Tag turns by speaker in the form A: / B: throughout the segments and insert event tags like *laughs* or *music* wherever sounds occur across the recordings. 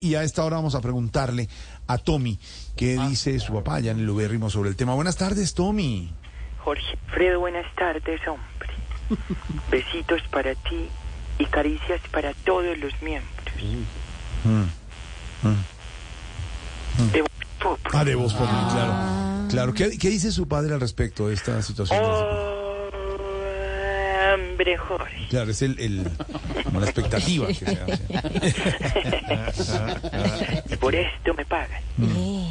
A: Y a esta hora vamos a preguntarle a Tommy qué dice su papá, ya en el ubérrimo, sobre el tema. Buenas tardes, Tommy.
B: Jorge Fredo, buenas tardes, hombre. Besitos para ti y caricias para todos los miembros. De Voz Populi.
A: Ah, de Voz Populi,
B: Ah.
A: claro. Claro, ¿Qué, qué dice su padre al respecto de esta situación?
B: Oh, hombre, Jorge.
A: Claro, es el, el- como la expectativa que se hace.
B: Y por esto me pagan. Mi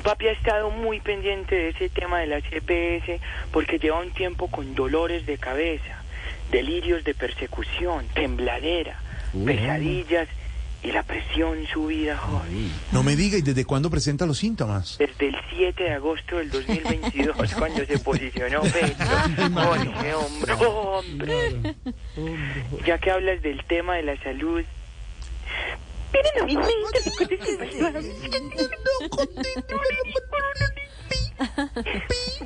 B: papi ha estado muy pendiente de ese tema de la CPS porque lleva un tiempo con dolores de cabeza, delirios de persecución, tembladera, pesadillas y la presión subida, Jorge.
A: No me diga, ¿y desde cuándo presenta los síntomas?
B: desde el 7 de agosto del 2022 cuando se posicionó Petro. Jorge, hombre, hombre. Ya que hablas del tema de la salud. Miren a mi mente, mi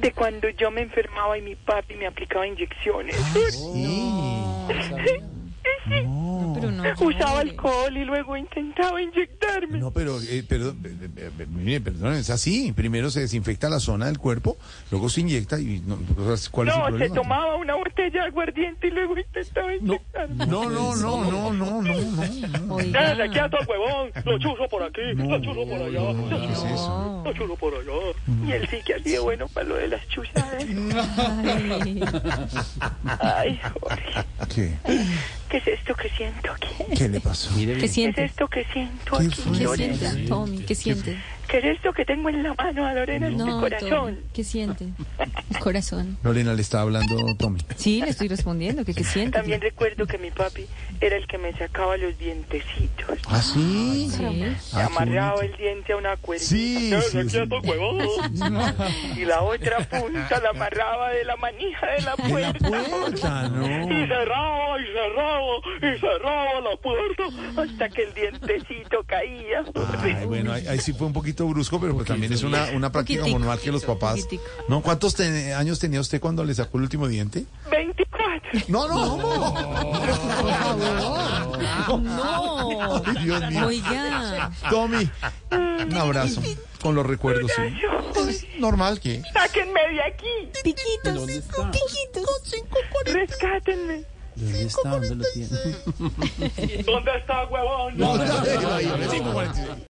B: De cuando yo me enfermaba y mi papi me aplicaba inyecciones.
A: Ah,
C: Pero
B: *laughs*
C: no,
B: Usaba alcohol y luego intentaba inyectarme.
A: No, pero, eh, perdón, eh, eh, eh, mire, perdón, es así. Primero se desinfecta la zona del cuerpo, luego se inyecta y... No, o sea, ¿Cuál es el
B: No, se
A: problema?
B: tomaba una botella de aguardiente y luego intentaba inyectarme.
A: No, no, no, no, no, no, no. no.
C: oiga,
B: ¡Quédate quieto, huevón! ¡Lo chuzo por aquí! ¡Lo chuzo por allá!
A: ¿Qué es eso?
B: ¡Lo chuzo por allá! Y él sí que ha sido bueno para lo de las chuzadas.
C: ay,
B: Ay, Jorge,
A: ¿Qué?
B: ¿qué es esto que siento aquí?
A: ¿Qué le pasó?
C: ¿Qué
B: ¿Qué es
C: sientes?
B: esto que siento
A: ¿Qué
B: aquí?
A: fue?
C: ¿Qué
A: Lorena.
C: sientes, Tommy? ¿Qué sientes?
B: ¿Qué es esto que tengo en la mano a Lorena en mi
C: No, Tommy,
B: corazón?
C: ¿qué sientes? El corazón.
A: Lorena le está hablando Tommy.
C: Sí, le estoy respondiendo, ¿qué, qué sientes?
B: También recuerdo que mi papi era el que me sacaba los dientecitos.
A: ¿Ah, sí?
C: Sí.
B: Se amarraba el diente a una cuerda.
A: Ah, Sí, sí, sí. *laughs*
B: quieto, huevón! Y la otra punta la amarraba de la manija de la
A: En la
B: puerta.
A: puerta,
B: Y
A: no.
B: cerraba y cerraba y cerraba la puerta hasta que el dientecito caía.
A: Ay, bueno, ahí, ahí sí fue un poquito brusco, pero pues también es una, una práctica
C: Poquitico.
A: manual que los papás.
C: Poquitico.
A: ¿No? ¿Cuántos te- años tenía usted cuando le sacó el último diente?
B: 24.
A: No, no, no.
C: Por favor. No.
A: Ay, Dios mío.
C: Oiga,
A: Tommy, un abrazo con los recuerdos. sí. Es normal que.
B: Sáquenme de aquí.
C: piquitos, piquitos.
B: Rescátenme.
D: ¿Dónde está? ¿Dónde lo tiene?
B: ¿Dónde está, huevón?